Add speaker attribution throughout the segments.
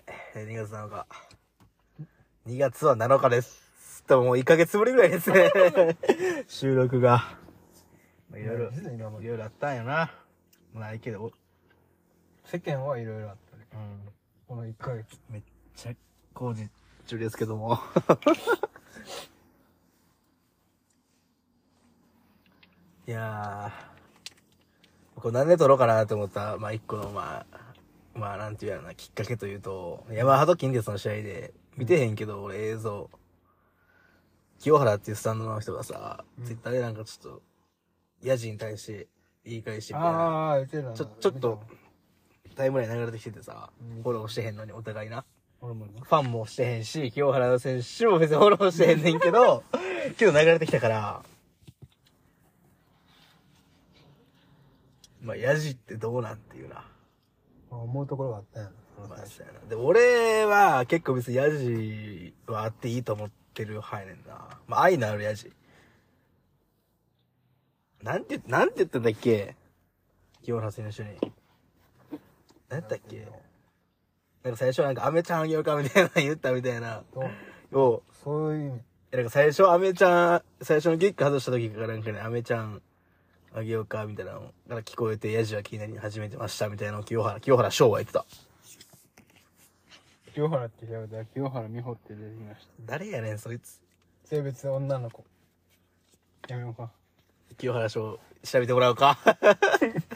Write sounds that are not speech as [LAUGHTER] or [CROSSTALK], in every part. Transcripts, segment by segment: Speaker 1: 月7日。2月は7日です。ともう1ヶ月ぶりぐらいですね。 [LAUGHS] 収録が。まあいろいろ、
Speaker 2: ね、今ま
Speaker 1: い
Speaker 2: で
Speaker 1: ろいろあったんやな。まあないけど、お
Speaker 2: 世間はいろいろあったね
Speaker 1: うん。
Speaker 2: この1ヶ月
Speaker 1: めっちゃ工事中ですけども。 [LAUGHS] いやー、これ何で撮ろうかなと思った、まあ一個の、まあ、まあなんていうやろな、きっかけというと、ヤマハと近鉄の試合で、見てへんけど、俺映像、清原っていうスタンドの人がさ、
Speaker 2: うん
Speaker 1: ツイッターでなんかちょっと、ヤジに対して言い返してみたいな、
Speaker 2: ああ言ってたな
Speaker 1: ちょちょっとタイムライン流れてきててさ
Speaker 2: う、ん
Speaker 1: フォローしてへんのにお互いな。
Speaker 2: 俺もな
Speaker 1: ファンもしてへんし、清原選手も別にフォローしてへんねんけど、けど流れてきたから、まあ、ヤジってどうなんっていうな。
Speaker 2: 思うところがあったんやなその
Speaker 1: ま
Speaker 2: 最
Speaker 1: あ、
Speaker 2: 初
Speaker 1: そうやな。で、俺は結構別にヤジはあっていいと思ってる派やねんな。まあ、愛のあるヤジ。なんて、なんて言ったんだっけ清原選手に。何やったっけなんか最初なんか、アメちゃんあげようかみたいなの言ったみたいな。
Speaker 2: どう
Speaker 1: を、
Speaker 2: そういう意味
Speaker 1: え、なんか最初、アメちゃん、最初のキック外した時からなんかね、アメちゃん、あげようか、みたいなの、なんか聞こえて、ヤジは気になり始めてました、みたいなのを清原、清原翔は言ってた。
Speaker 2: 清原って調べたら清原美穂って出てきました
Speaker 1: 誰やねん、そいつ。
Speaker 2: 性別女の子やめようか
Speaker 1: 清原翔、調べてもらおうか。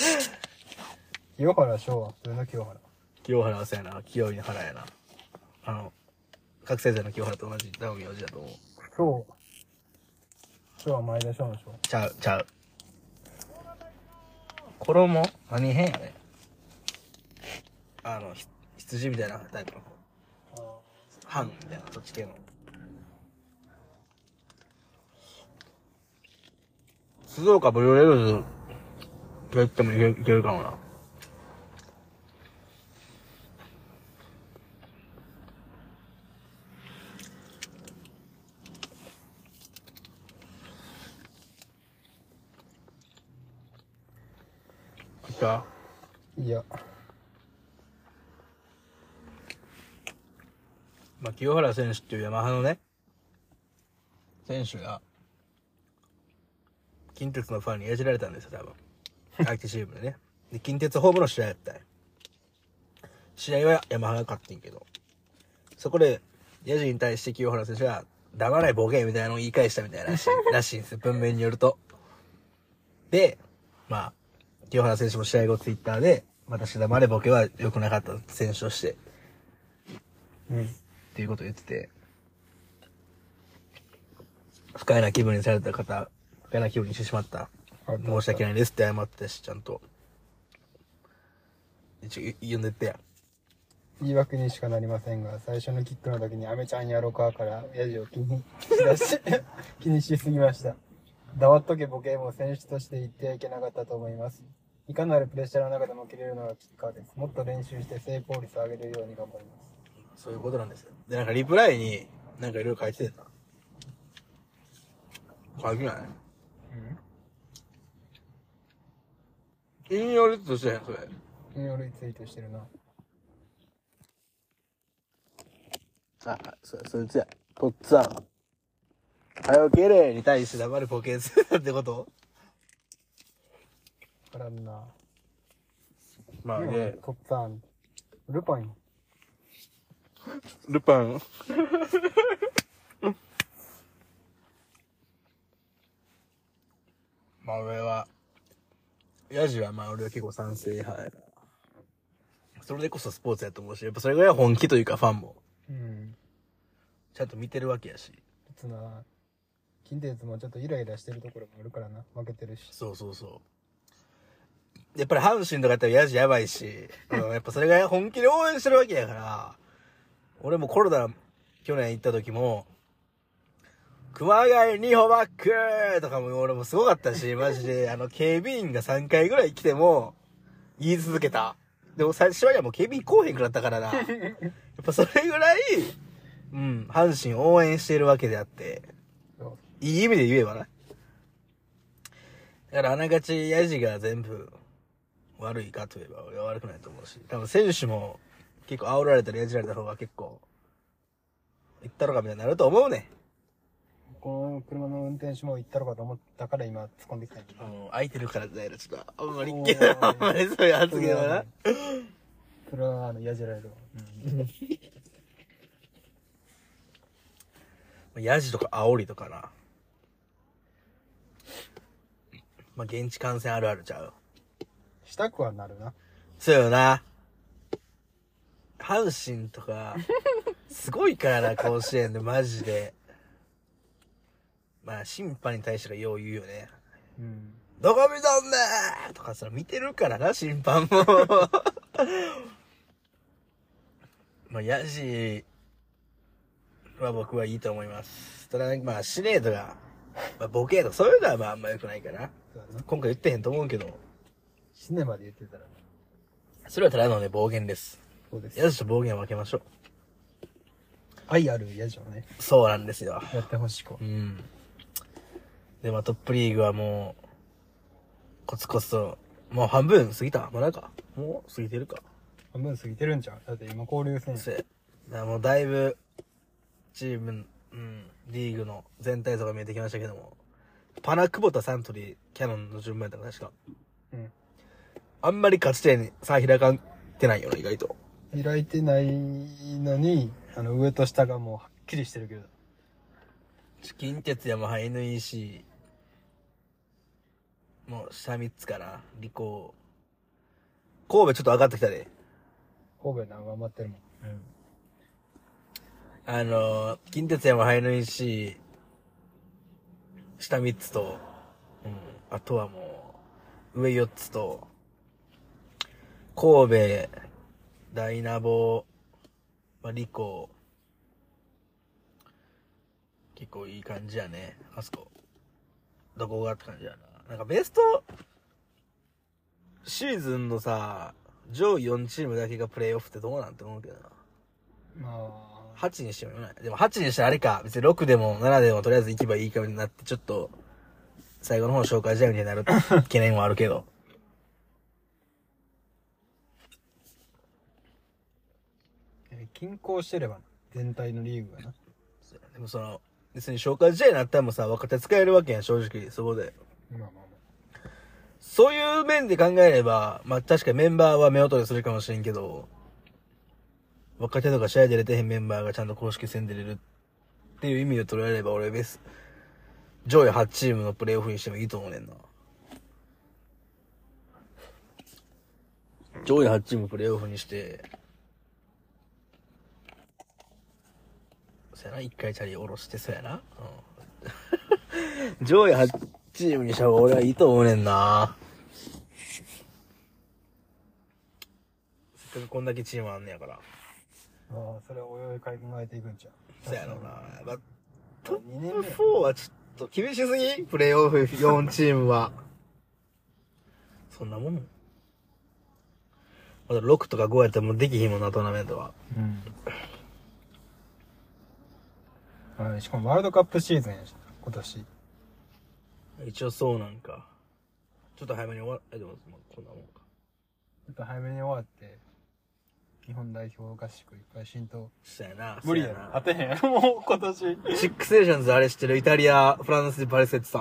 Speaker 1: [LAUGHS]
Speaker 2: 清原翔は普通の清原
Speaker 1: 清原はそうやな、清いの原やな。あの、覚醒剤の清原と同じ、ダウン名字だと思う。
Speaker 2: 翔は翔は前田翔の翔
Speaker 1: ちゃう、ちゃう。衣何変やねあの、ひ羊みたいなタイプの子。ハンみたいな、そっち系の。静岡ブルーレイブズ、やってもいけいけるかもな。じゃあ、
Speaker 2: いや
Speaker 1: まあ、清原選手っていうヤマハのね、選手が、近鉄のファンにやじられたんですよ、多分。相手チームでね。で、近鉄ホームの試合やったんや試合はヤマハが勝ってんけど。そこで、ヤジに対して清原選手が、黙れボケみたいなのを言い返したみたいならしいらしいんですよ、文面によると。で、まあ、清原選手も試合後ツイッターで、私黙れボケは良くなかった選手として、
Speaker 2: うん
Speaker 1: っていうことを言ってて、不快な気分にされた方、不快な気分にしてしまった。申し訳ないですって謝ってたし、ちゃんと。一応、呼んでってや。
Speaker 2: 言い訳にしかなりませんが最初のキックの時に「アメちゃんやろか」からヤジを気にしだし [LAUGHS] 気にしすぎました黙っとけボケも選手として言ってはいけなかったと思いますいかなるプレッシャーの中でも切れるのがキッカーですもっと練習して成功率を上げるように頑張ります
Speaker 1: そういうことなんですよ。で、なんかリプライに、なんかいろいろ書いてた。書いてない引用率としてへん、それ。
Speaker 2: 金曜リツイートしてるな
Speaker 1: あ、そ、そいつや。とっつぁん。早起きれに対して黙るボケするってこと
Speaker 2: からんな
Speaker 1: まあね
Speaker 2: ね。トッツァンルパンよ
Speaker 1: ルパン。 [LAUGHS] まあ俺は、ヤジはまあ俺は結構賛成派やなそれでこそスポーツやと思うし、やっぱそれぐらい本気というかファンも、
Speaker 2: うん
Speaker 1: ちゃんと見てるわけやし。
Speaker 2: つな近鉄もちょっとイライラしてるところもあるからな負けてるし
Speaker 1: そうそうそう。やっぱり阪神とかやったらヤジやばいし、うん、やっぱそれが本気で応援してるわけやから、俺もコロナ去年行った時も、熊谷二歩バックとかも俺もすごかったし、マジで、あの、警備員が3回ぐらい来ても、言い続けた。でも最初はもう警備員来おへんくなったからな。やっぱそれぐらい、うん、阪神応援してるわけであって、
Speaker 2: そう
Speaker 1: いい意味で言えばな。だからあながちヤジが全部悪いかといえば俺は悪くないと思うし、多分選手も結構煽られたりやじられた方が結構、行ったろかみたいになると思うね
Speaker 2: この車の運転手も行ったのかと思ったから今突っ込んできたんだ
Speaker 1: ん。うん、空いてるからだよ、ちょっと、あんまり
Speaker 2: おー
Speaker 1: いけない。あんまりそういう発言はな。
Speaker 2: それはあのやじられるわ
Speaker 1: ヤジとか煽りとかな。まあ、現地感染あるあるちゃう。
Speaker 2: したくはなるな
Speaker 1: そうよな。阪神とか、すごいからな、甲子園で、マジで。まあ、審判に対してはよう言うよね。
Speaker 2: うん
Speaker 1: どこ見とんねんとか、それ見てるからな、審判も。 [LAUGHS] まあ、ヤジは僕はいいと思います。ただ、まあ、シネーとか、まあ、ボケとか、そういうのはまあ、あんま良くないかな。
Speaker 2: そうだな
Speaker 1: 今回言ってへんと思うけど、
Speaker 2: 死ねまで言ってたら
Speaker 1: それはただのね、暴言です。
Speaker 2: そうです
Speaker 1: ヤジと暴言は分けましょう。
Speaker 2: 愛あるやじをね
Speaker 1: そうなんですよ。
Speaker 2: やってほしく
Speaker 1: うん。で、まあ、トップリーグはもう、コツコツと、もう半分過ぎたまだかもう過ぎてるか。
Speaker 2: 半分過ぎてるんじゃんだって今交流戦
Speaker 1: せだからもうだいぶ、チーム、うん、リーグの全体像が見えてきましたけども、パナクボタサントリー、キャノンの順番やったから確か。
Speaker 2: うん
Speaker 1: あんまり勝ち点差開かんてないよな、意外と。
Speaker 2: 開いてないのにあの上と下がもうはっきりしてるけど
Speaker 1: 近鉄山派 NEC もう下3つかな理工神戸ちょっと上がってきたで
Speaker 2: 神戸なんか頑張ってるもん
Speaker 1: あのー、近鉄山派 NEC 下3つと、うん、あとはもう上4つと神戸大ナボまあ、理工結構いい感じやねあそこどこがって感じやななんかベストシーズンのさ上位4チームだけがプレイオフってどうなんて思うけどな
Speaker 2: まあ
Speaker 1: 8にしてもよない。でも8にしたらあれか。別に6でも7でもとりあえず行けばいいかになって、ちょっと、最後の方紹介試合みたいになる懸念はあるけど。
Speaker 2: えー均衡してればな全体のリーグがな
Speaker 1: でもその、別に紹介試合になったらもさ、若手使えるわけやん、正直。そこで。
Speaker 2: まあまあま
Speaker 1: そういう面で考えれば、まあ確かにメンバーは目劣りするかもしれんけど、若手とか試合で出てへんメンバーがちゃんと公式戦で出れるっていう意味で捉えれば、俺ベス、上位8チームのプレイオフにしてもいいと思うねんな。上位8チームプレイオフにして、そやな、一回チャリ下ろして、そやな。うん、上位8チームにした方が俺はいいと思うねんな。せっかくこんだけチームあんねやから。
Speaker 2: あまあそれをおいおい考えていくんじゃん
Speaker 1: そやろな。やっぱト
Speaker 2: 2年
Speaker 1: ッ
Speaker 2: 目
Speaker 1: プ4はちょっと厳しすぎプレイオフ4チームは。そんなもん。まだ6とか5やったらもうできひんもんな、トーナメントは。
Speaker 2: うんあしかもワールドカップシーズンやし今年
Speaker 1: 一応そうなんか。ちょっと早めに終わえでも、まあこんなもんか。
Speaker 2: ちょっと早めに終わって、日本代表合宿いっぱい浸透。
Speaker 1: そうやな。
Speaker 2: 無理や
Speaker 1: そう
Speaker 2: な。当てへんやろ、もう今年。
Speaker 1: な。シックスエーションズあれしてるイタリア、フランスでパレセットさん。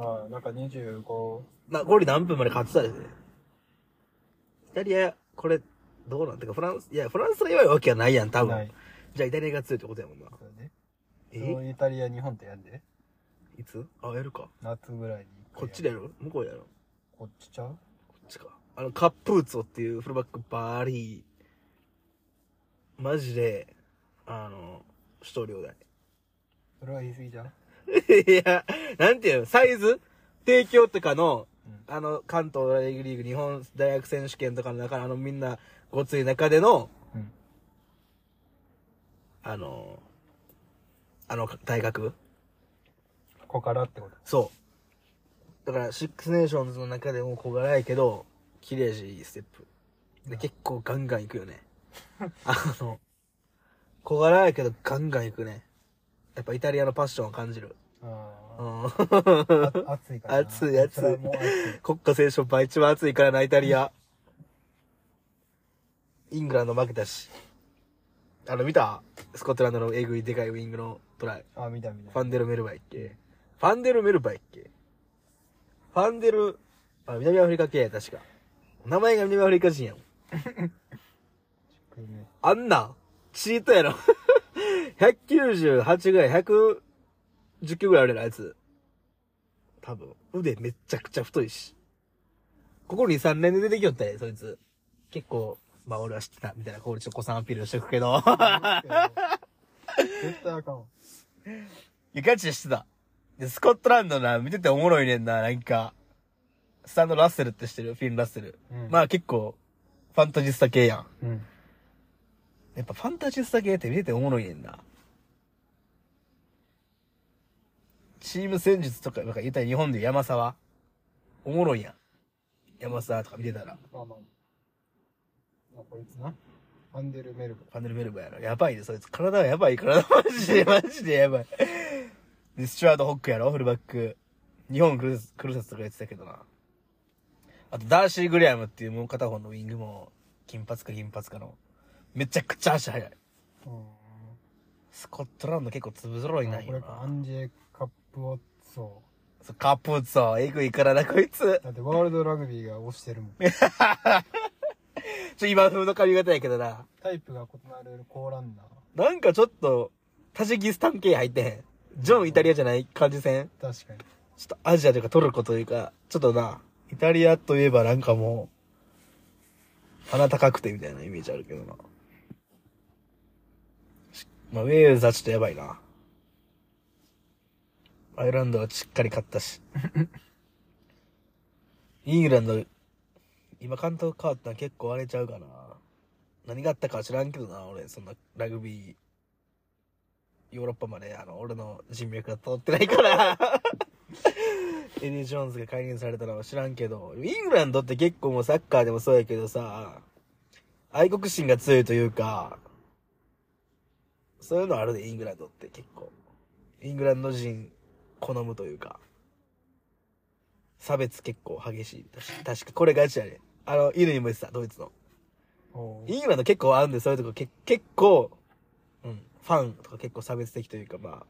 Speaker 2: ああ、なんか25、
Speaker 1: な、ゴリ何分まで勝ってたでね。イタリア、これ、どうなんてか、フランス、いや、フランスが弱いわけはないやん、多分。
Speaker 2: ない。
Speaker 1: じゃあイタリアが強いってことやもんな。
Speaker 2: そうね。そ
Speaker 1: え
Speaker 2: うイタリア、日本ってやんで。
Speaker 1: いつあ、やるか。
Speaker 2: 夏ぐらいに。
Speaker 1: こっちで。やる向こうでやる
Speaker 2: こっちちゃう
Speaker 1: こっちか。あの、カップーツォっていうフルバックバーリー。マジで、あの、主張量大。
Speaker 2: それは言い過ぎじゃん
Speaker 1: [LAUGHS] いや、なんていうの、サイズ提供とかの
Speaker 2: うん、
Speaker 1: あの、関東大学リーグ、日本大学選手権とかの中の、あの、みんな、ごつい中での、
Speaker 2: うん。
Speaker 1: あの、あの、大学
Speaker 2: ここからってこと。
Speaker 1: そう。だから、シックスネーションズの中でも小柄やけど、綺麗やし、いいステップ。で、結構ガンガンいくよね。あの、小柄やけどガンガンいくね。やっぱイタリアのパッションを感じる。う
Speaker 2: あ
Speaker 1: ん。 [LAUGHS]
Speaker 2: あ。あ暑いからな。
Speaker 1: 暑い暑い
Speaker 2: それはもう暑い。
Speaker 1: 国家斉唱場一番暑いからな、イタリア。イングランド負けたし。あの、見たスコットランドのえぐいでかいウイングのトライ。
Speaker 2: あ、見た見
Speaker 1: フ
Speaker 2: た
Speaker 1: ァ。ンデル・メルバイっけファンデル・メルバイっけファンデル、あ、南アフリカ系や、確か。名前が南アフリカ人やもん。あんな、チートやろ。198ぐらい、110球ぐらいあるやろ、あいつ。多分。腕めっちゃくちゃ太いし。ここ2、3年で出てきよったね、そいつ。結構、まあ俺は知ってた、みたいな、これちょっと子さんアピールしとくけど。
Speaker 2: 絶対あかんわ。
Speaker 1: いや、ガチでしてた。で、スコットランドな、見てておもろいねんな、なんか。スタンド・ラッセルって知ってるフィン・ラッセル。
Speaker 2: うん
Speaker 1: まあ結構、ファンタジスタ系やん。
Speaker 2: うん。
Speaker 1: やっぱファンタジスタ系って見てておもろいねんな。チーム戦術とか、なんか言ったら日本で山沢。おもろいやん。山沢とか見てたら、
Speaker 2: まあまあ。まあ、こいつな。ファンデルメル
Speaker 1: パネルメルバやろ。やばいで、そいつ。体がやばい、体。 [LAUGHS] マジで、マジでやばい。で、スチュワード・ホックやろ、フルバック。日本クルセクルセスとかやってたけどな。あと、ダーシー・グレアムっていうもう片方のウィングも、金髪か銀髪かの。めちゃくちゃ足速い。
Speaker 2: コ。うん。
Speaker 1: スコットランド結構粒揃いな
Speaker 2: あ
Speaker 1: い
Speaker 2: こ
Speaker 1: よ
Speaker 2: れ
Speaker 1: な。
Speaker 2: か、アンジェカップオッツォ。
Speaker 1: そうカップーツォ、えぐいからな、こいつ。
Speaker 2: だってワールドラグビーが推してるもん。
Speaker 1: ちょ、今風の髪型やけどな。
Speaker 2: タイプが異なるコーランナ
Speaker 1: なんかちょっと、タジキスタン系入ってへん。ジョンイタリアじゃない感じせん
Speaker 2: ー。確かに。
Speaker 1: ちょっとアジアというかトルコというか、ちょっとな、イタリアといえばなんかもう、鼻高くてみたいなイメージあるけどな。しまあ、ウェールズはちょっとやばいな。アイルランドはしっかり勝ったし。イングランド、今監督変わったら結構荒れちゃうかな。何があったかは知らんけどな、俺、そんなラグビー、ヨーロッパまで、あの、俺の人脈が通ってないから。エディ・ジョーンズが解任されたのは知らんけど、イングランドって結構もうサッカーでもそうやけどさ、愛国心が強いというか、そういうのあるで、イングランドって結構。イングランド人好むというか、差別結構激しい。確か、確かこれガチやね。あの、犬にも言ってた、ドイツの。
Speaker 2: おー
Speaker 1: イングランド結構あるんで、そういうとこけ結構、うん、ファンとか結構差別的というか、まあ、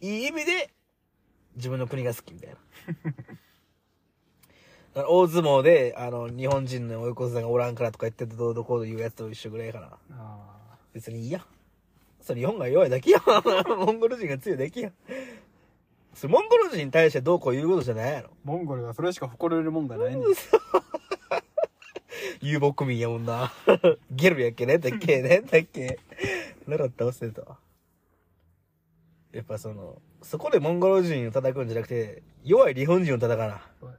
Speaker 1: いい意味で、自分の国が好きみたいな。だから大相撲で、あの、日本人のお横綱がおらんからとか言っててどうどうこうと言うやつと一緒ぐらいかな。
Speaker 2: あ
Speaker 1: 別にいいや。それ日本が弱いだけや。 [LAUGHS] モンゴル人が強いだけや。それモンゴル人に対してどうこう言うことじゃないやろ。
Speaker 2: ーモンゴルはそれしか誇れるもんがないねん。
Speaker 1: 遊牧民やもんな。 [LAUGHS] ゲルやっけねだっけねだっけ習った忘れたわ。やっぱその、そこでモンゴル人を叩くんじゃなくて、弱い日本人を叩かな。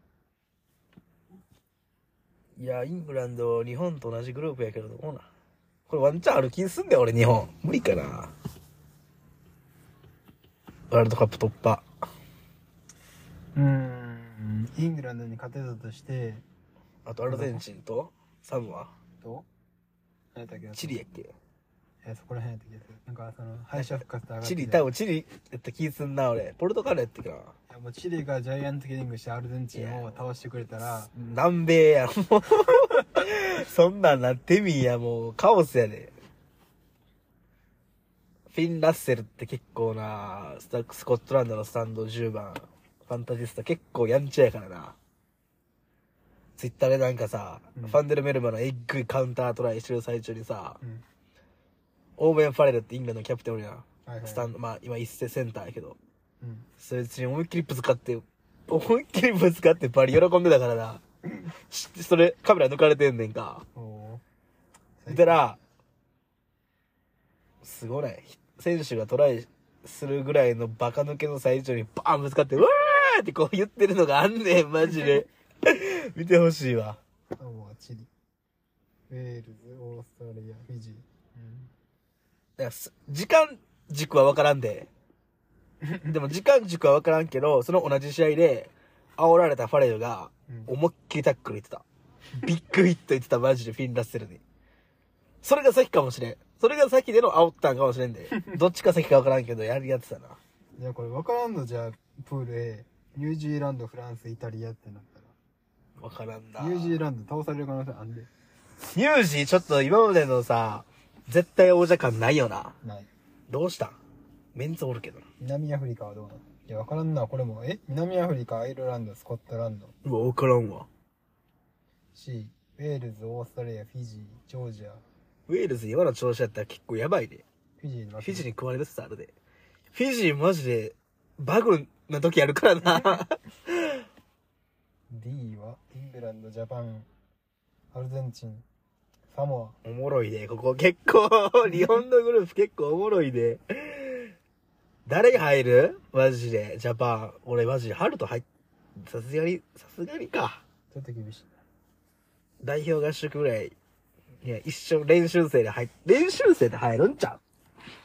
Speaker 1: いや、イングランド、日本と同じグループやけど、どうなんこれワンチャンある気すんだよ、俺、日本。無理かな。ワールドカップ突破。
Speaker 2: うーん。イングランドに勝てたとして、
Speaker 1: あと、アルゼンチンと、サムは、
Speaker 2: と何やったっけ
Speaker 1: チリやっけ
Speaker 2: え、そこら辺やったっけなんかその、敗者復活で上がって
Speaker 1: チ
Speaker 2: き
Speaker 1: リ、
Speaker 2: た
Speaker 1: 多分チリやった気すんな、俺。ポルトガルやってかな。
Speaker 2: いやもうチリがジャイアントキリングしてアルゼンチンを倒してくれたら、
Speaker 1: 南米や、もう。 [LAUGHS] そんなんなってみいや、もう、カオスやで。フィン・ラッセルって結構な、スタスコットランドのスタンド10番、ファンタジスタ結構やんちゃやからな。ツイッターでなんかさ、
Speaker 2: うん
Speaker 1: ファンデルメルマのエッグカウンタートライしてる最中にさ、
Speaker 2: うん
Speaker 1: オーベン・ファレルってイングランドのキャプテンおるやん。
Speaker 2: はいはい
Speaker 1: スタンド、まあ今一世センターやけど。
Speaker 2: うん
Speaker 1: そいつに思いっきりぶつかって、思いっきりぶつかってバリ喜んでたからな。しそれ、カメラ抜かれてんねんか。
Speaker 2: おー
Speaker 1: 見たら、すごない。選手がトライするぐらいのバカ抜けの最中にバーンぶつかって、うわーってこう言ってるのがあんねん、マジで。見てほしいわ。
Speaker 2: サモア、チリ、ウェールズ、オーストラリア、フィジー。
Speaker 1: だからす時間軸は分からんで。でも時間軸は分からんけど、その同じ試合で、煽られたファレルが
Speaker 2: うん、
Speaker 1: 思いっきりタックル言ってた。ビッグヒット言ってた、マジで、フィンラッセルに。それが先かもしれん。それが先での煽ったんかもしれんで。どっちか先か分からんけど、やりやってたな。
Speaker 2: じゃあこれ分からんのじゃあ、プール A、ニュージーランド、フランス、イタリアってなった
Speaker 1: 分からんな
Speaker 2: ら、。ニュージーランド倒される可能性あんで。
Speaker 1: ミュージーちょっと今までのさ、絶対王者感ないよな。
Speaker 2: ない。
Speaker 1: どうしたんメンツおるけどな。
Speaker 2: 南アフリカはどうなのいや、わからんな。これも、え南アフリカ、アイルランド、スコットランド、
Speaker 1: うわ、わからんわ。
Speaker 2: C、ウェールズ、オーストラリア、フィジー、ジョージア、
Speaker 1: ウェールズ今の調子やったら結構やばいで。
Speaker 2: フィジーに負
Speaker 1: フ
Speaker 2: け
Speaker 1: ィジーに
Speaker 2: て
Speaker 1: 食われるつつあるで。フィジーマジで、バグな時あるからな。
Speaker 2: D は、イングランド、ジャパン、アルゼンチン、サモ
Speaker 1: おもろいで、ここ結構、日本のグループ結構おもろいで。誰入るマジで、ジャパン。俺マジで、ハルト入っ、さすがに、さすがにか。
Speaker 2: ア。ちょっと厳しい。
Speaker 1: 代表合宿ぐらい、いや、一緒練習生で入っ、練習生で入るんちゃ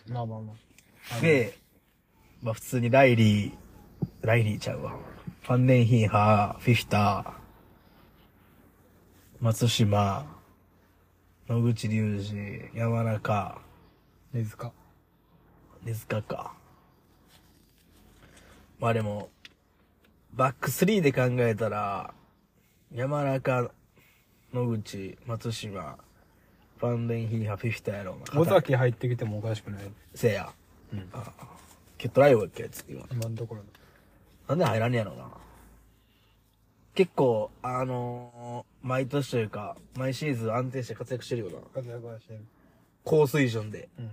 Speaker 2: まあまあまあ。
Speaker 1: うで、まあ普通にライリー、ライリーちゃうわ。ファンネンヒーハー、フィフター、松島、野口竜二、山中、
Speaker 2: あの、根塚。
Speaker 1: 根塚か。まあでも、バック3で考えたら、山中、野口、松島、ファンデンヒーハ、フィフィタやろう
Speaker 2: 尾
Speaker 1: な。
Speaker 2: 崎入ってきてもおかしくない。
Speaker 1: せや。
Speaker 2: うん。
Speaker 1: ケットライオンやっけ、次は。
Speaker 2: 今のところの。
Speaker 1: なんで入らんねやろな。結構、あのー毎年というか、毎シーズン安定して活躍してるよな。
Speaker 2: 活躍はしてる。
Speaker 1: 高水準で。
Speaker 2: うん。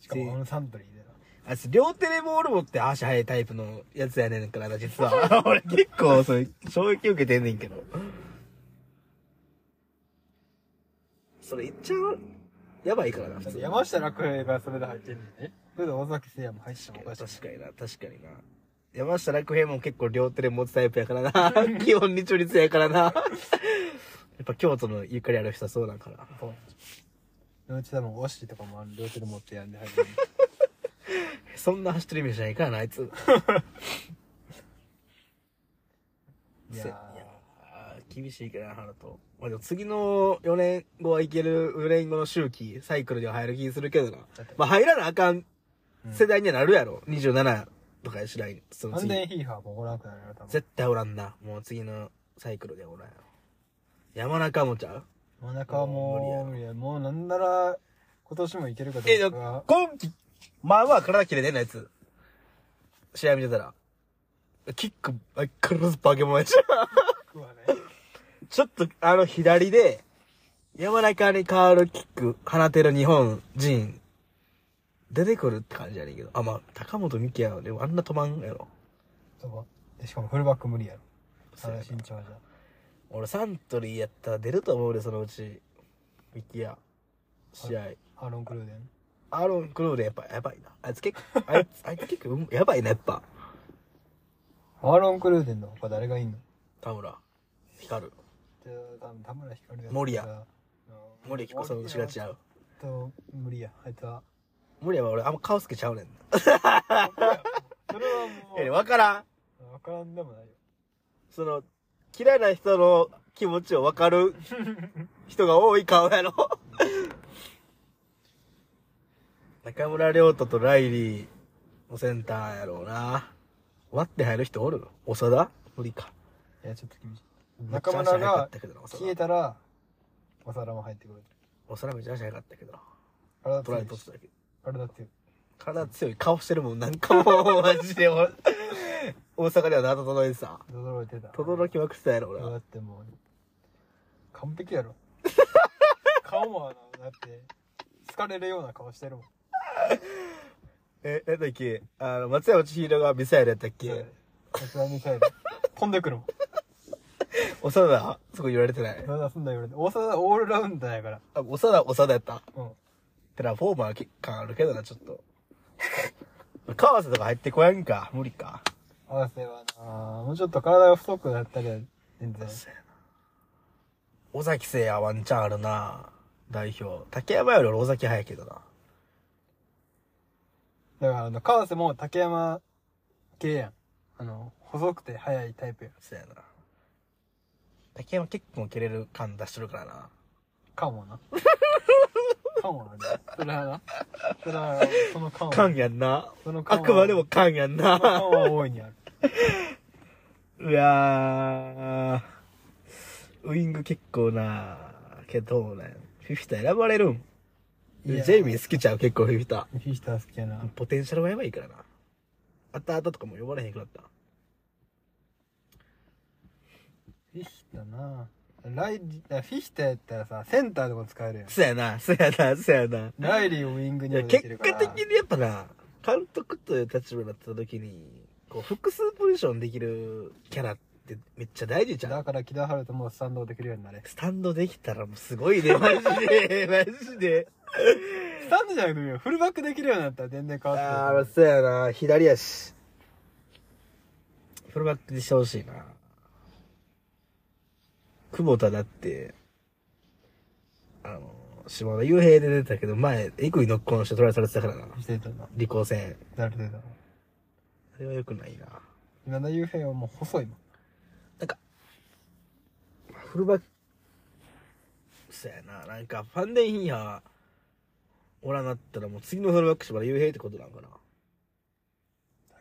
Speaker 2: しかもあのサントリーでな。
Speaker 1: あいつ、両手でボール持って足速いタイプのやつやねんからな、実は。 [LAUGHS] 俺結構、それ、衝撃受けてんねんけど。それ言っちゃうやばいからな、普
Speaker 2: だっ
Speaker 1: 通
Speaker 2: て
Speaker 1: に。
Speaker 2: 山下楽平がそれで入ってるんだよね。それで尾崎誠也も入っても
Speaker 1: 確
Speaker 2: お
Speaker 1: か
Speaker 2: か
Speaker 1: に
Speaker 2: しくない。
Speaker 1: 確かにな、確かにな。山下楽平も結構両手で持つタイプやからな。 [LAUGHS] 基本に中立や [LAUGHS] からな。やっぱ京都のゆかりある人はそうなんかな。
Speaker 2: そう。両手でも、オッシーとかもあの両手で持ってやんで入る。
Speaker 1: そんな走ってるイメージないからな、あいつ。
Speaker 2: いや
Speaker 1: せいやー厳しいけどな、ハルト。まあ、でも次の4年後はいける、4年後の周期、サイクルでは入る気するけどな
Speaker 2: って。
Speaker 1: まあ、入らなあかん
Speaker 2: うん
Speaker 1: 世代にはなるやろ。27とかやしない。そ
Speaker 2: ー、
Speaker 1: の
Speaker 2: 安
Speaker 1: 次。
Speaker 2: 全ヒーハーもおらんくなるよ、多分。
Speaker 1: 絶対おらんな。もう次のサイクルではおらんやろ。山中もちゃう
Speaker 2: 真ん中はもう、無理や。もうなんなら、今年もいけるかど
Speaker 1: え、
Speaker 2: う
Speaker 1: だ
Speaker 2: かが。
Speaker 1: 今季、まあまあ体切れてんのやつ。試合見てたら。キック、あ、クロスバケモンやし。
Speaker 2: 僕はね。
Speaker 1: ちょっと、あの、左で、山中に変わるキック、放てる日本人、出てくるって感じやねんけど。あ、まあ、高本美希やろ。でもあんな止まんやろ。
Speaker 2: そうでしかもフルバック無理やろ。あ
Speaker 1: そうや
Speaker 2: の
Speaker 1: な
Speaker 2: 身長じゃ。
Speaker 1: 俺、サントリーやったら出ると思うで、そのうち。美希や。試合。
Speaker 2: アーロン・クルーデン。
Speaker 1: アーロン・クローでやっぱ、やばいな。あいつ結 [LAUGHS] 構、あいつ、あいつ結構うん、やばいな、やっぱ。
Speaker 2: アーロン・クルーデンの他誰がいんの
Speaker 1: 田村、光る。
Speaker 2: じゃあ、多分田村光
Speaker 1: 森谷
Speaker 2: や。
Speaker 1: 森彦さんのしがち
Speaker 2: ゃ
Speaker 1: ゃう。
Speaker 2: と、無理や。あいつは。
Speaker 1: 森は俺あんま顔つけちゃうねん
Speaker 2: それは
Speaker 1: [LAUGHS]
Speaker 2: も
Speaker 1: な。
Speaker 2: う、
Speaker 1: わからん。
Speaker 2: わからんでもないよ。
Speaker 1: その、嫌いな人の気持ちをわか
Speaker 2: [LAUGHS]
Speaker 1: る人が多い顔やろ。中村亮太とライリーのセンターやろうな。割って入る人おる長田無理か。
Speaker 2: いや、ちょっと厳しい。
Speaker 1: めっちゃ
Speaker 2: 中村
Speaker 1: 足早かっ
Speaker 2: が
Speaker 1: たけどな、長
Speaker 2: 消え
Speaker 1: 田。
Speaker 2: たら、お皿も入ってくる。
Speaker 1: 長田めっちゃ足早かったけどな。
Speaker 2: 体
Speaker 1: トライ取
Speaker 2: 強い
Speaker 1: っ
Speaker 2: して
Speaker 1: たけど。
Speaker 2: 体強い。
Speaker 1: 体強い顔してるもん、なんかもう、マジで俺。大阪では謎届いてた。
Speaker 2: 驚いてた。
Speaker 1: 轟きまくってたやろ、俺は
Speaker 2: だ。ってもう、完
Speaker 1: [LAUGHS]
Speaker 2: 璧やろ。顔もあの、だって、疲れるような顔してるもん。
Speaker 1: え、なんだっけあの、松山千尋がミサイルやったっけ
Speaker 2: 鉄腕ミサイル。飛んでくるもん。
Speaker 1: 長田、そこ言われてない。
Speaker 2: まだすんだよ、俺。大阪オールラウンダーやから。
Speaker 1: あ、長田、長田やった。
Speaker 2: うん。
Speaker 1: テラフォーマー感あるけどな、ちょっと。川瀬とか入ってこやんか。無理か。
Speaker 2: 合わせはなもうちょっと体が太くなったりは全然。
Speaker 1: 尾崎誠也ワンチャンあるな。代表。竹山より俺尾崎早いけどな。
Speaker 2: だから、あの、川瀬も竹山系やん。あの、細くて速いタイプやん。
Speaker 1: そうやな。竹山結構蹴れる感出してるからな。
Speaker 2: か
Speaker 1: [LAUGHS]
Speaker 2: もな。かもな、ね。それはな。それは、そのかも。
Speaker 1: 感やんな。
Speaker 2: そのか
Speaker 1: あ
Speaker 2: も。
Speaker 1: くまでも。感やん
Speaker 2: そのか
Speaker 1: な。
Speaker 2: もは大いにある。
Speaker 1: いやー、ウイング結構な、けどね、フィフィタ選ばれるん。
Speaker 2: い
Speaker 1: [LAUGHS]
Speaker 2: や
Speaker 1: ジェイミー好きちゃう、結構フィフィタ。
Speaker 2: フィスター好きやな。
Speaker 1: ポテンシャルはやばいからな。あったあととかも呼ばれへんくなった。
Speaker 2: フィヒタなライあフィヒタやったらさ、センターでも使えるやん。
Speaker 1: そやな、そやな、そやな。
Speaker 2: ライリーをウィング
Speaker 1: い
Speaker 2: に
Speaker 1: や、
Speaker 2: もで
Speaker 1: 結
Speaker 2: きるから。
Speaker 1: 果的にやっぱな、監督という立場になった時に、こう、複数ポジションできるキャラってめっちゃ大事じゃ
Speaker 2: だ
Speaker 1: ん。
Speaker 2: から、木田春ともうスタンドできるようになれ。
Speaker 1: スタンドできたらもうすごいね、マジで、マジで。
Speaker 2: スタンドじゃなくてもいいよ。フルバックできるようになったら全然変わ
Speaker 1: あ
Speaker 2: って
Speaker 1: あ、そうやな、左足。フルバックにしてほしいな。久保田だって、あの、島田雄平で出てたけど、前、エクイノックオンしてトライされてたからな。
Speaker 2: くる。してたな。
Speaker 1: 理光戦。
Speaker 2: なるほど。
Speaker 1: あれは良くないな。
Speaker 2: 今田雄平はもう細いもん。
Speaker 1: なんか、フルバック、そうやな、なんか、ファンデンヒーヤー、おらなったらもう次のフルバック島田雄平ってことなんかな。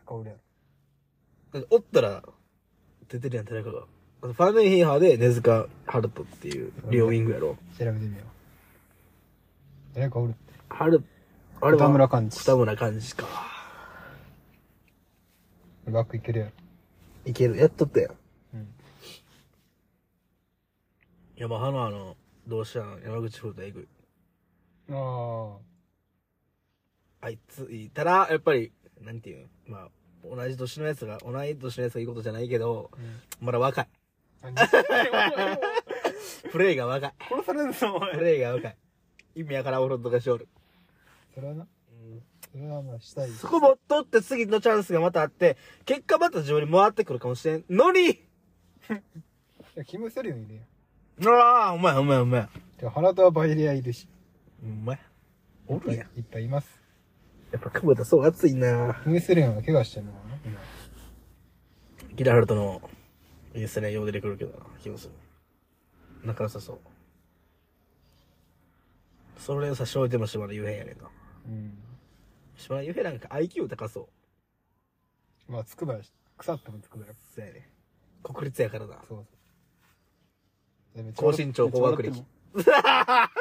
Speaker 2: 高俺やろ。
Speaker 1: だっておったら、出てるやん、田中が。あとファンデンヒーハーで根塚ハルトっていう、両ウィングやろ。
Speaker 2: 調べてみよう。誰かおるって。
Speaker 1: ハル、あれは、
Speaker 2: 田村寛治。
Speaker 1: 二村漢字か。
Speaker 2: バックいけるやろ。
Speaker 1: いける、やっとったやん。
Speaker 2: うん。
Speaker 1: 山ハのあの、同志社の山口風太えぐい。
Speaker 2: あ
Speaker 1: あいついたら、やっぱり、なんていうのまあ、同じ年のやつが、同い年のやつがいいことじゃないけど、まだ若い。
Speaker 2: [LAUGHS] あ。
Speaker 1: プレイが若い。
Speaker 2: 殺されるぞ、お前
Speaker 1: プ。レイが若い。意味やからんおろとかしおる。
Speaker 2: それはな。それはまあ、したい。
Speaker 1: そこも取って次のチャンスがまたあって、結果また自分に回ってくるかもしれんのに
Speaker 2: いや、キム・セリオンいるやん。
Speaker 1: うわあ、お前お前お前。
Speaker 2: てか原田はバイリアいるし。
Speaker 1: お前。おるやん。
Speaker 2: いっぱいいます。
Speaker 1: やっぱ久保田そう熱いな
Speaker 2: キム・セリオンは怪我してるのかな今
Speaker 1: ギラハルトのインスタによう出てくるけどな、気もする。仲良さそう。それを差し置いても島田雄平やねんな。
Speaker 2: うん。
Speaker 1: 島田雄平なんか IQ 高そう。
Speaker 2: まあ、つくばやし、腐ってもつくばや。
Speaker 1: そうやね。国立やからな。
Speaker 2: そうそう。で
Speaker 1: 高身長高学。
Speaker 2: [LAUGHS] めっちゃ笑っ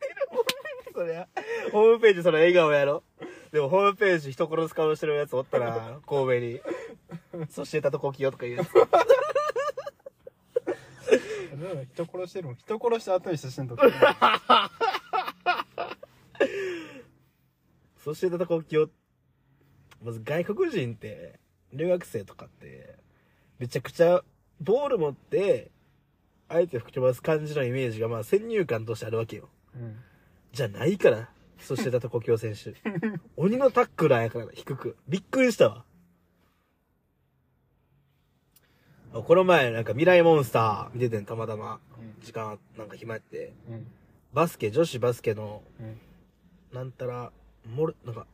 Speaker 2: て
Speaker 1: 歴
Speaker 2: る
Speaker 1: そりゃ、ホームページその笑顔やろ。でもホームページ人殺す顔してるやつおった
Speaker 2: [LAUGHS]
Speaker 1: な、神戸に。そしてたとこきよとか言うやつ。
Speaker 2: もんでも人殺してるもん。人殺した後に写真撮ってる。
Speaker 1: そしてたとこきよ。まず外国人って、留学生とかって、めちゃくちゃボール持って、相手を吹き飛ばす感じのイメージが、まあ先入観としてあるわけよ。
Speaker 2: うん。
Speaker 1: じゃないから。そしてたとこきよ選手。鬼のタックラーやからな、低く。びっくりしたわ。あこの前、なんか未来モンスター見ててん、たまたま。時間、なんか暇やって。
Speaker 2: うん。
Speaker 1: バスケ、女子バスケの、
Speaker 2: うん。
Speaker 1: なんたら、もる、なんか、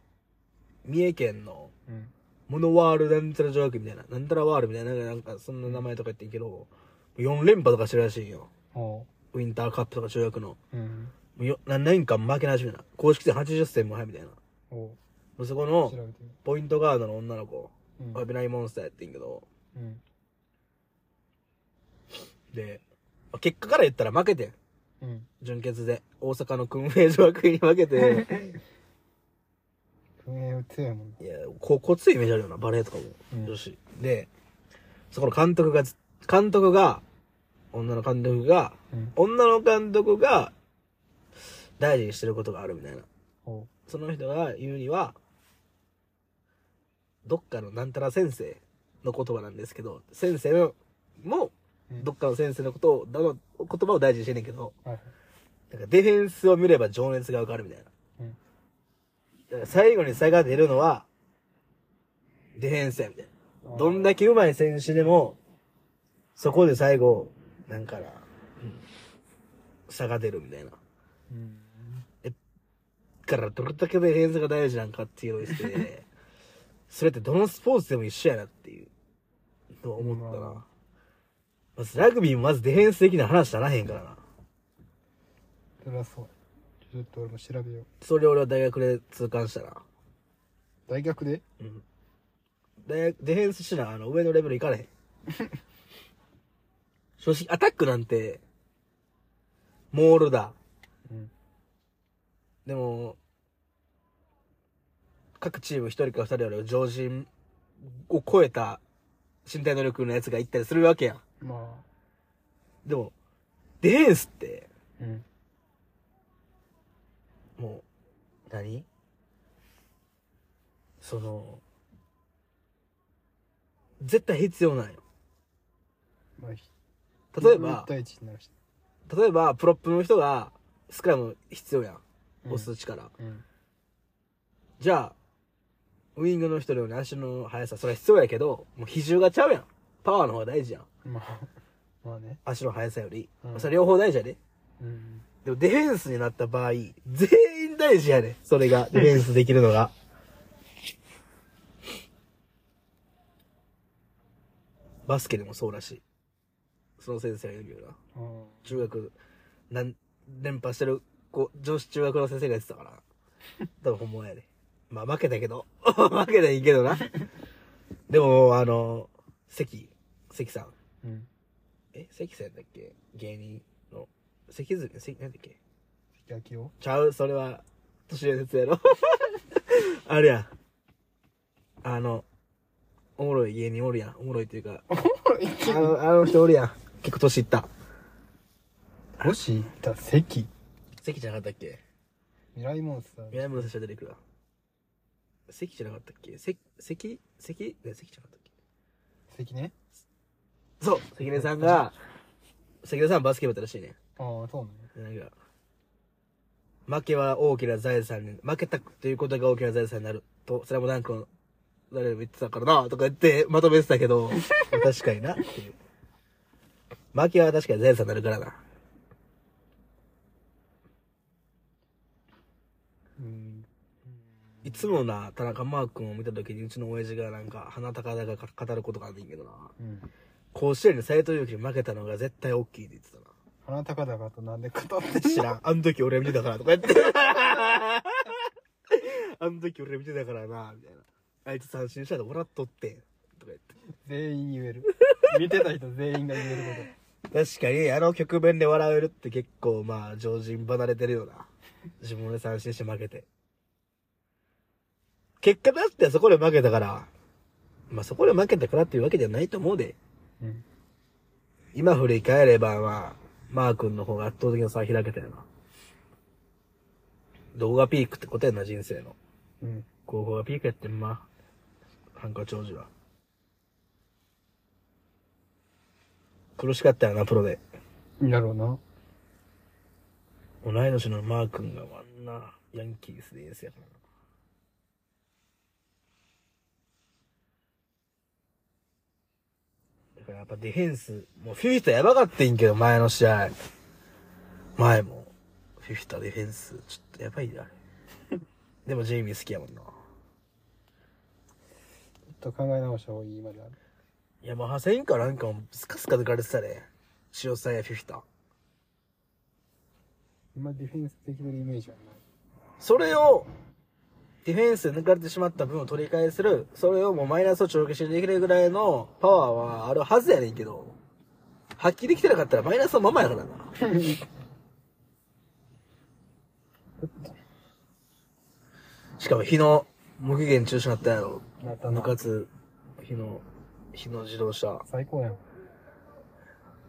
Speaker 1: 三重県の、
Speaker 2: うん。
Speaker 1: モノワールなんたら条約みたいな、なんたらワールみたいな、なんか、そんな名前とか言ってんけど、4連覇とかしてるらしいんよ。
Speaker 2: ほ
Speaker 1: ウィンターカップとか条約の。
Speaker 2: う。うん。
Speaker 1: もうよ何年間負けなしみたいな。公式戦80戦も入るみたいな。
Speaker 2: ほ
Speaker 1: もうそこ
Speaker 2: う。
Speaker 1: の
Speaker 2: 調、べてみ
Speaker 1: ポイントガードの女の子、
Speaker 2: うん
Speaker 1: アビナイモンスターやってんけど、
Speaker 2: うん。
Speaker 1: で、まあ結果から言ったら負けてん。
Speaker 2: うん。
Speaker 1: 準決で。大阪の訓練所学院に負けて。
Speaker 2: 運営強いもんな。 [LAUGHS]
Speaker 1: いや、こう、こっついイメージあるよな、バレエとかも。
Speaker 2: うん
Speaker 1: 女子。で、そこの監督がず、監督が、女の監督が、
Speaker 2: うん。
Speaker 1: 女の監督が、大事にしてることがあるみたいな。
Speaker 2: ほ
Speaker 1: その人が言うには、どっかのなんたら先生の言葉なんですけど、先生のも、
Speaker 2: うん
Speaker 1: どっかの先生のことを、だの言葉を大事にしてんねんけど、
Speaker 2: う。はいはい。
Speaker 1: なんかディフェンスを見れば情熱がわかるみたいな。
Speaker 2: うん。
Speaker 1: だから最後に差が出るのは、ディフェンスやみたいな。どんだけ上手い選手でも、そこで最後、なんかな、うん差が出るみたいな。
Speaker 2: うん。
Speaker 1: からどれだけでレンズが大事なんかっていうのをして、それってどのスポーツでも一緒やなっていう、と思った
Speaker 2: うん
Speaker 1: な。まずラグビーもまずディフェンス的な話ならへんからな。
Speaker 2: それはそう。ちょっと俺も調べよう。
Speaker 1: それを俺は大学で痛感したな。
Speaker 2: 大学で
Speaker 1: うん。大学、ディフェンスしな、あの、上のレベルい [LAUGHS] かれへん。正直、アタックなんて、モールだ。
Speaker 2: うん
Speaker 1: でも、各チーム一人か二人より常人を超えた身体能力のやつが行ったりするわけやん。
Speaker 2: ま
Speaker 1: でも、ディフェンスって、
Speaker 2: あ、うん。
Speaker 1: もう、何その、絶対必要なんよ。
Speaker 2: まあ、ひ
Speaker 1: 例えば
Speaker 2: 一、対一になるし。
Speaker 1: 例えば、プロップの人が、スクラム必要やん。
Speaker 2: うん
Speaker 1: 押す力。
Speaker 2: うん。
Speaker 1: じゃあ、ウイングの人のように足の速さ、それは必要やけど、もう比重がちゃうやん。パワーの方が大事やん。
Speaker 2: まあ、まあね。
Speaker 1: 足の速さより。
Speaker 2: うん
Speaker 1: それ両方大事やで。
Speaker 2: うん。
Speaker 1: でもディフェンスになった場合、全員大事やで。それが、ディフェンスできるのが。 [LAUGHS] バスケでもそうらしい。その先生が言うよな。
Speaker 2: うん。
Speaker 1: 中学、なん、連覇してる子、女子中学の先生が言ってたから。多分本物やで。まあ負けたけど。 [LAUGHS] 負けたらいいけどな。でも、あの、関、関さん。
Speaker 2: うん。
Speaker 1: え関さんだっけ芸人の。関ず関、なんだっけ
Speaker 2: 焼きを
Speaker 1: ちゃう、それは、年上のやつやろ。 [LAUGHS] あるやん。あの、おもろい芸人おるやん。おもろいっていうか、あの、あの人おるやん。結構年いった。
Speaker 2: もし行った席
Speaker 1: 関じゃなかったっけ
Speaker 2: 未来モンスター。
Speaker 1: 南村選手が出てくるわ。関じゃなかったっけ関、関、関、ね、関じゃなかったっけ
Speaker 2: 席ね。
Speaker 1: そう関根さんが、関根さんバスケ部だったらしいね。
Speaker 2: ああ、そうね。
Speaker 1: なんか、負けは大きな財産に、負けたということが大きな財産になる。と、スラムダンクの、誰も言ってたからな、とか言って、まとめてたけど、確かにな、っていう。負けは確かに財産になるからな。
Speaker 2: うん。
Speaker 1: いつもな、田中マー君を見た時に、うちの親父がなんか、鼻高々語ることがあんねんけどな。
Speaker 2: うん。
Speaker 1: 甲子園で斎藤佑樹に負けたのが絶対大きいって言ってたな。
Speaker 2: 鼻高々となんで語 [LAUGHS] って
Speaker 1: 知
Speaker 2: し
Speaker 1: らん。あの時俺見てたからとか言って。あの時俺見てたからな、みたいな。あいつ三振したら笑っとってん。とか言って。
Speaker 2: 全員言え [LAUGHS] る。見てた人全員が言えるこ
Speaker 1: 確かに、あの局面で笑えるって結構、まあ、常人離れてるよな。自分で三振して負けて。結果だってそこで負けたから。まあ、そこで負けたからっていうわけじゃないと思うで。
Speaker 2: と。うん。
Speaker 1: 今振り返れば、まあ、マー君の方が圧倒的な差は開けたよな。動画ピークってことやな、人生の。
Speaker 2: うん。
Speaker 1: 高校がピークやってんま。ハンカ長寿は。苦しかったよな、プロで。
Speaker 2: だろうな。
Speaker 1: 同い年のマー君があんな、ヤンキースでエースやからな。だからやっぱディフェンス、もうフィフィタやばかったんけど、前の試合。前も、フィフィタディフェンス、ちょっとやばいであれ。でもジェイミー好きやもんな。
Speaker 2: ちょっと考え直した方がいいまである。
Speaker 1: ヤマハ戦かなんかもスカスカ抜かれてたね。塩さんやフィフィタ。
Speaker 2: 今ディフェンス的なイメージはない。
Speaker 1: それを、ディフェンスで抜かれてしまった分を取り返せる、それをもうマイナスを帳消しにできるぐらいのパワーはあるはずやねんけど、発揮できてなかったらマイナスのままやからな。しかも日の無期限中止になったやろ。
Speaker 2: なった
Speaker 1: 部
Speaker 2: な。
Speaker 1: 活、日の、日の自動車。
Speaker 2: 最高やん。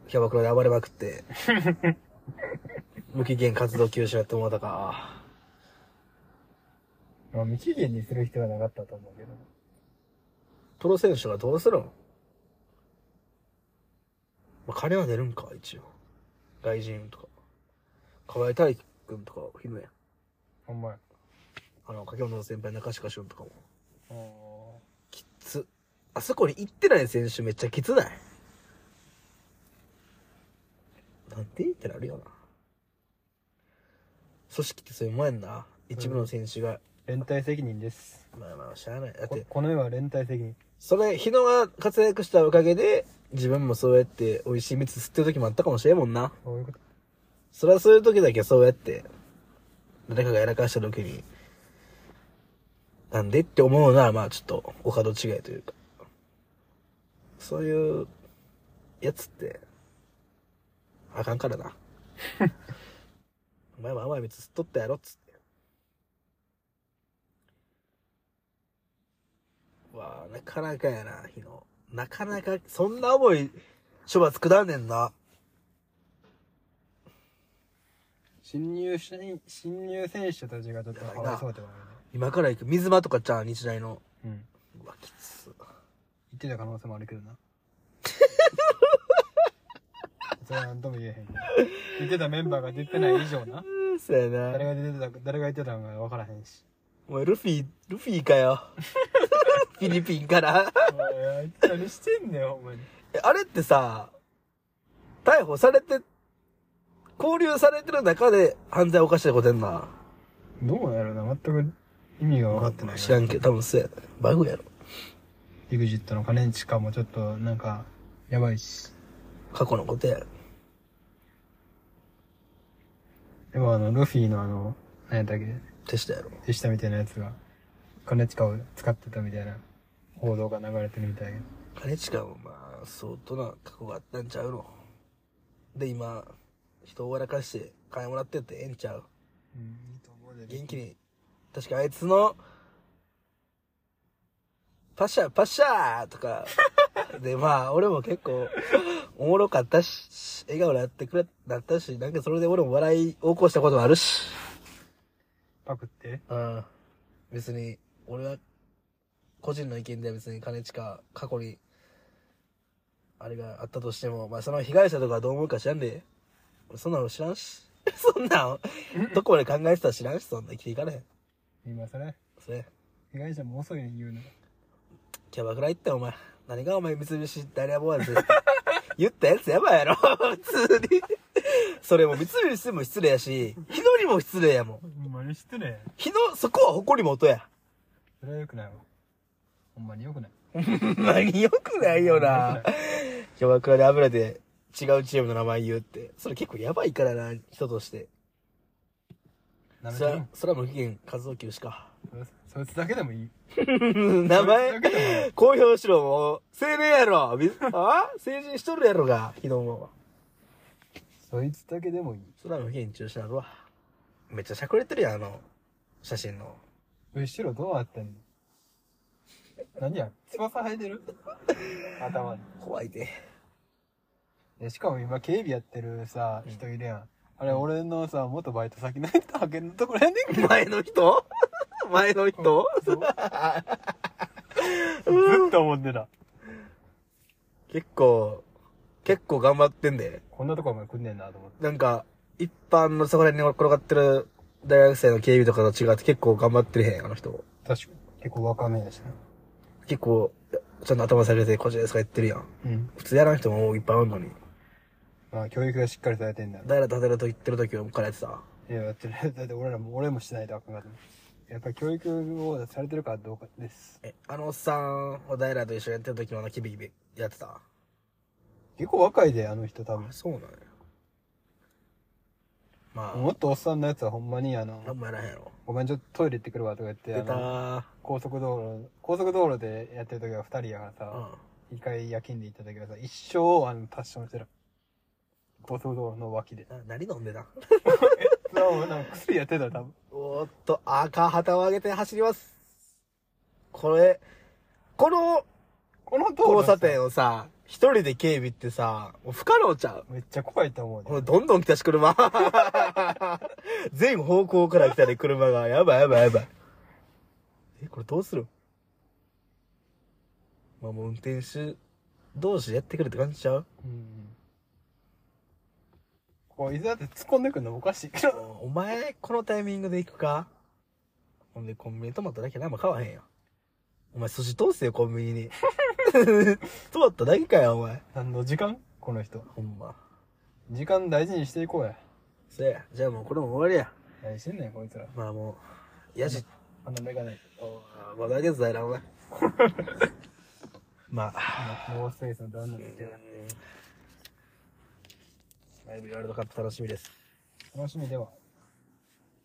Speaker 1: キャバクラで暴れまくって、無期限活動休止やってもらったか。
Speaker 2: まあ、未期限にする必要はなかったと思うけど。
Speaker 1: プロ選手がどうするの、まあ、金は出るんか、一応。外人とか。河合大輝くんとか、ひめや。
Speaker 2: ほんまや。
Speaker 1: あの、柿本の先輩、中鹿俊とかも。
Speaker 2: あ
Speaker 1: きつ。あそこに行ってない選手めっちゃきつない。なんでってなるよな。組織ってそういうもんやんな。一部の選手が、
Speaker 2: ー連帯責任です。
Speaker 1: まあまあ、しゃあない。だっ
Speaker 2: こ
Speaker 1: て、
Speaker 2: この世は連帯責任。
Speaker 1: それ、日野が活躍したおかげで、自分もそうやって美味しい蜜吸ってる時もあったかもしれんもんな。
Speaker 2: そういうこと。
Speaker 1: それはそういう時だけそうやって、誰かがやらかした時に、なんでって思うなら、まあちょっと、お門違いというか。そういう、やつって、あかんからな。 [LAUGHS] お前も甘い蜜吸っとったやろっつって。わあ、なかなかやな、日野。なかなか、そんな重い処罰下んねんな。
Speaker 2: 新入社員、新入選手たちがちょっとかわいそうってこと
Speaker 1: 今から行く。水間とかちゃん、日大の。
Speaker 2: ね。うん。
Speaker 1: うわ、きつ。
Speaker 2: 言ってた可能性もあるけどな。それは何とも言えへんけど。言ってたメンバーが出てない以上な。
Speaker 1: うん、そうやな。
Speaker 2: 誰が出てた、誰が言ってたのか分からへんし。
Speaker 1: お前、ルフィ、ルフィか
Speaker 2: [LAUGHS]
Speaker 1: よ。フィリピンから。
Speaker 2: おいあいつ何してんねん、ほんまに。
Speaker 1: えあれってさ、逮捕されて、交留されてる中で犯罪を犯したことやんな。
Speaker 2: どうやろな、全く意味が分かってないな。
Speaker 1: 知らんけど、多分そうやな。バグやろ。
Speaker 2: エグジットの金近もちょっとなんか、やばいし。
Speaker 1: 過去のことや。
Speaker 2: でもあの、ルフィのあの、何やったっけ、
Speaker 1: 手下やろ。
Speaker 2: 手下みたいなやつが、金近を使ってたみたいな報道が流れてるみたいやけど。
Speaker 1: 金近もまあ、相当な過去があったんちゃうの。で、今、人を笑かして金もらってってええんちゃう。
Speaker 2: うん、いいと思うで
Speaker 1: 元気に。確かあいつの、パシャパシャーとか、で、まあ、俺も結構、おもろかったし、笑顔になってくれ、なったし、なんかそれで俺も笑い起こしたこともあるし。
Speaker 2: パクって
Speaker 1: うん。別に、俺は、個人の意見では別に金近、過去に、あれがあったとしても、まあその被害者とかどう思うか知らんで、俺そんなの知らんし。 [LAUGHS] そんなん、どこまで考えてたら知らんし、そんな生きていかれへん。
Speaker 2: 今それ、
Speaker 1: それ、
Speaker 2: 被害者も遅いねん言うの。
Speaker 1: キャバクラ行ってお前。何がお前三菱ダイナボーイズ。 [LAUGHS] 言ったやつやばいやろ、 [LAUGHS] 普通に。それも三菱にも失礼やし、日野にも失礼やもん。
Speaker 2: ほんまに失礼。
Speaker 1: 日野、そこは誇り元や。
Speaker 2: それは良くないわ。ほんまに良くない。
Speaker 1: [LAUGHS] 何良くないよな。キャバクラで油で違うチームの名前言うって。それ結構やばいからな、人として。
Speaker 2: なめて
Speaker 1: そ
Speaker 2: る
Speaker 1: ら
Speaker 2: ん、
Speaker 1: そら無期限活動休止か。
Speaker 2: そいつそいつだけでもいい。
Speaker 1: 名 [LAUGHS]
Speaker 2: そいつだけでもい
Speaker 1: 前
Speaker 2: い、
Speaker 1: 公表しろ、もう。青年やろ。みあ成人しとるやろが、日野も。
Speaker 2: そいつだけでもいい。
Speaker 1: 空の変中止なるわ。めっちゃしゃくれてるやん、あの、写真の。
Speaker 2: 後ろどうなってんの何や翼生えてる頭に。
Speaker 1: 怖いで。 [LAUGHS]
Speaker 2: でしかも今警備やってるさ、人いるやん。あれ、俺のさ、元バイト先の人派遣のところやねんけど。
Speaker 1: 前の人 [LAUGHS] 前の人
Speaker 2: そう [LAUGHS] ずっと思ってた。
Speaker 1: 結構、結構頑張ってんで。
Speaker 2: こんなとこまで来んねんなと思って。
Speaker 1: なんか、一般のそこら辺に転がってる大学生の警備とかと違って結構頑張ってるへん、あの人。
Speaker 2: 確かに。結構若めやし
Speaker 1: 結構、ちゃんと頭下げて、こっちですか言ってるやん。
Speaker 2: な。うん。
Speaker 1: 普通やらん人もいっぱいおんのに。
Speaker 2: まあ、教育がしっかりされてんだよ。
Speaker 1: 誰らと働くと言ってる時はからやってた。
Speaker 2: いや、だって、 [LAUGHS] だって俺らも、俺もしないとあかんかった。やっぱり教育をされてるかどうかです。
Speaker 1: え、あのおっさんを誰らと一緒にやってる時もあのキビキビやってた。
Speaker 2: 結構若いで、あの人多分
Speaker 1: あ。そうなんや。まあ、
Speaker 2: もっとおっさんのやつはほんまに、あの、
Speaker 1: 何もやらへんやろ。
Speaker 2: ごめん、ちょっとトイレ行ってくるわとか言って、
Speaker 1: 出
Speaker 2: あ
Speaker 1: た
Speaker 2: の、
Speaker 1: ー。
Speaker 2: 高速道路、高速道路でやってる時は二人やから
Speaker 1: うん
Speaker 2: さ、。一回夜勤で行った時はさ、一生、あの、タッションしてる。高速道路の脇で。
Speaker 1: な何飲んでた
Speaker 2: それはもうなんか薬やってたよ、多分。
Speaker 1: おーっと、赤旗を上げて走ります。これ、この
Speaker 2: この道路
Speaker 1: 交
Speaker 2: さ
Speaker 1: 差点をさ、一人で警備ってさ、もう不可能ちゃう
Speaker 2: めっちゃ怖いと思う
Speaker 1: これ
Speaker 2: で。
Speaker 1: どんどん来たし、車。 [LAUGHS] 全方向から来たで、車が。やばいやばいやばい。え、これどうするまあもう運転手同士でやってくるって感じちゃう
Speaker 2: うん。こう、いざって突っ込んでくるのおかしいけど。
Speaker 1: お前、このタイミングで行くかほんで、コンビニ泊まっただけ何も買わへんよ。お前、寿司通せよ、コンビニに。 [LAUGHS] 泊まっただけかよ、お前。
Speaker 2: 何の時間この人。
Speaker 1: ほんま。
Speaker 2: 時間大事にしていこうや。
Speaker 1: そや、じゃあもうこれも終わり
Speaker 2: 何してんねん、こいつら
Speaker 1: や。。まあもう、やじ、
Speaker 2: あのメガネ。
Speaker 1: あーまあ大丈夫だよな、お前。 [LAUGHS] まあ、
Speaker 2: ノースペースの旦那です
Speaker 1: う
Speaker 2: け
Speaker 1: ーん
Speaker 2: ど。
Speaker 1: ライブワールドカップ楽しみです。
Speaker 2: 楽しみでは。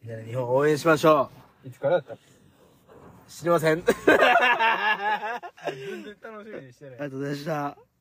Speaker 1: みんなで日本応援しましょ
Speaker 2: いつからだったっけ
Speaker 1: う。知りません。あり [LAUGHS]
Speaker 2: 全然楽しみにしてない
Speaker 1: がとうございました。